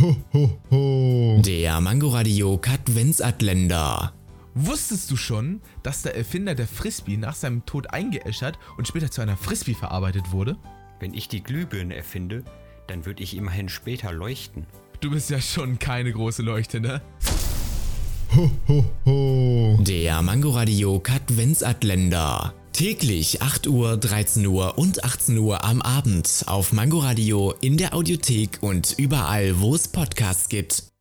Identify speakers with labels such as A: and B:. A: Ho, ho, ho.
B: Der Mangoradio Katwensatländer.
C: Wusstest du schon, dass der Erfinder der Frisbee nach seinem Tod eingeäschert und später zu einer Frisbee verarbeitet wurde?
D: Wenn ich die Glühbirne erfinde, dann würde ich immerhin später leuchten.
C: Du bist ja schon keine große Leuchte, ne?
A: Ho, ho, ho.
B: Der Mangoradio Katwensatländer. Täglich 8 Uhr, 13 Uhr und 18 Uhr am Abend auf Mangoradio in der Audiothek und überall, wo es Podcasts gibt.